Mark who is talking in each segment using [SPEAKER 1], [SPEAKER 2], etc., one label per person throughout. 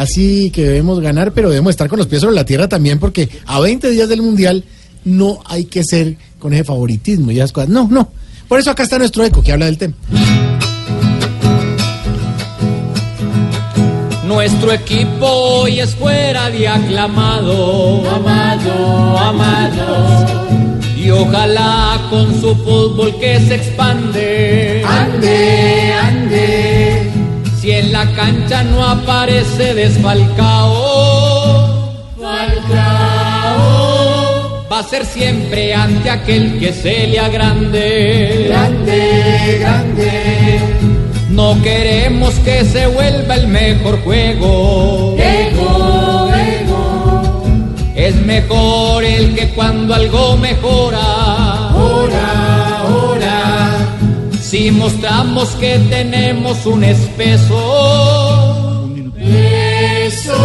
[SPEAKER 1] casi que debemos ganar, pero debemos estar con los pies sobre la tierra también, porque a 20 días del Mundial no hay que ser con ese favoritismo y esas cosas. No, no. Por eso acá está nuestro eco que habla del tema.
[SPEAKER 2] Nuestro equipo hoy es fuera de aclamado, amado, amado. Y ojalá con su fútbol que se expande, ande, ande. Si en la cancha no aparece desfalcao, falcao, va a ser siempre ante aquel que se le agrande, grande, grande. No queremos que se vuelva el mejor juego. Ego, ego. Es mejor el que cuando algo mejora. Ora, ora. Si mostramos que tenemos un espeso. Peso.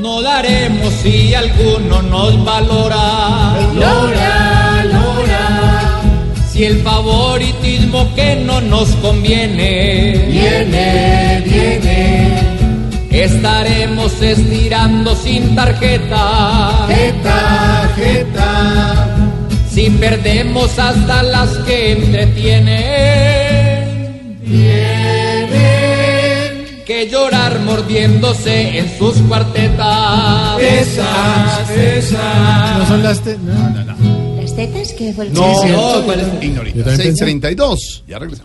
[SPEAKER 2] No daremos si alguno nos valora. Valora, valora. Si el favorito que no nos conviene. Viene, viene. Estaremos estirando sin tarjeta. Jeta, jeta. Si perdemos hasta las que entretienen. Tienen que llorar mordiéndose en sus cuartetas.
[SPEAKER 1] Esas, esas. No son las.
[SPEAKER 3] No, no, no. ¿Las tetas? que fue el
[SPEAKER 4] No, no, no, no, no 6.32. Ya regresamos.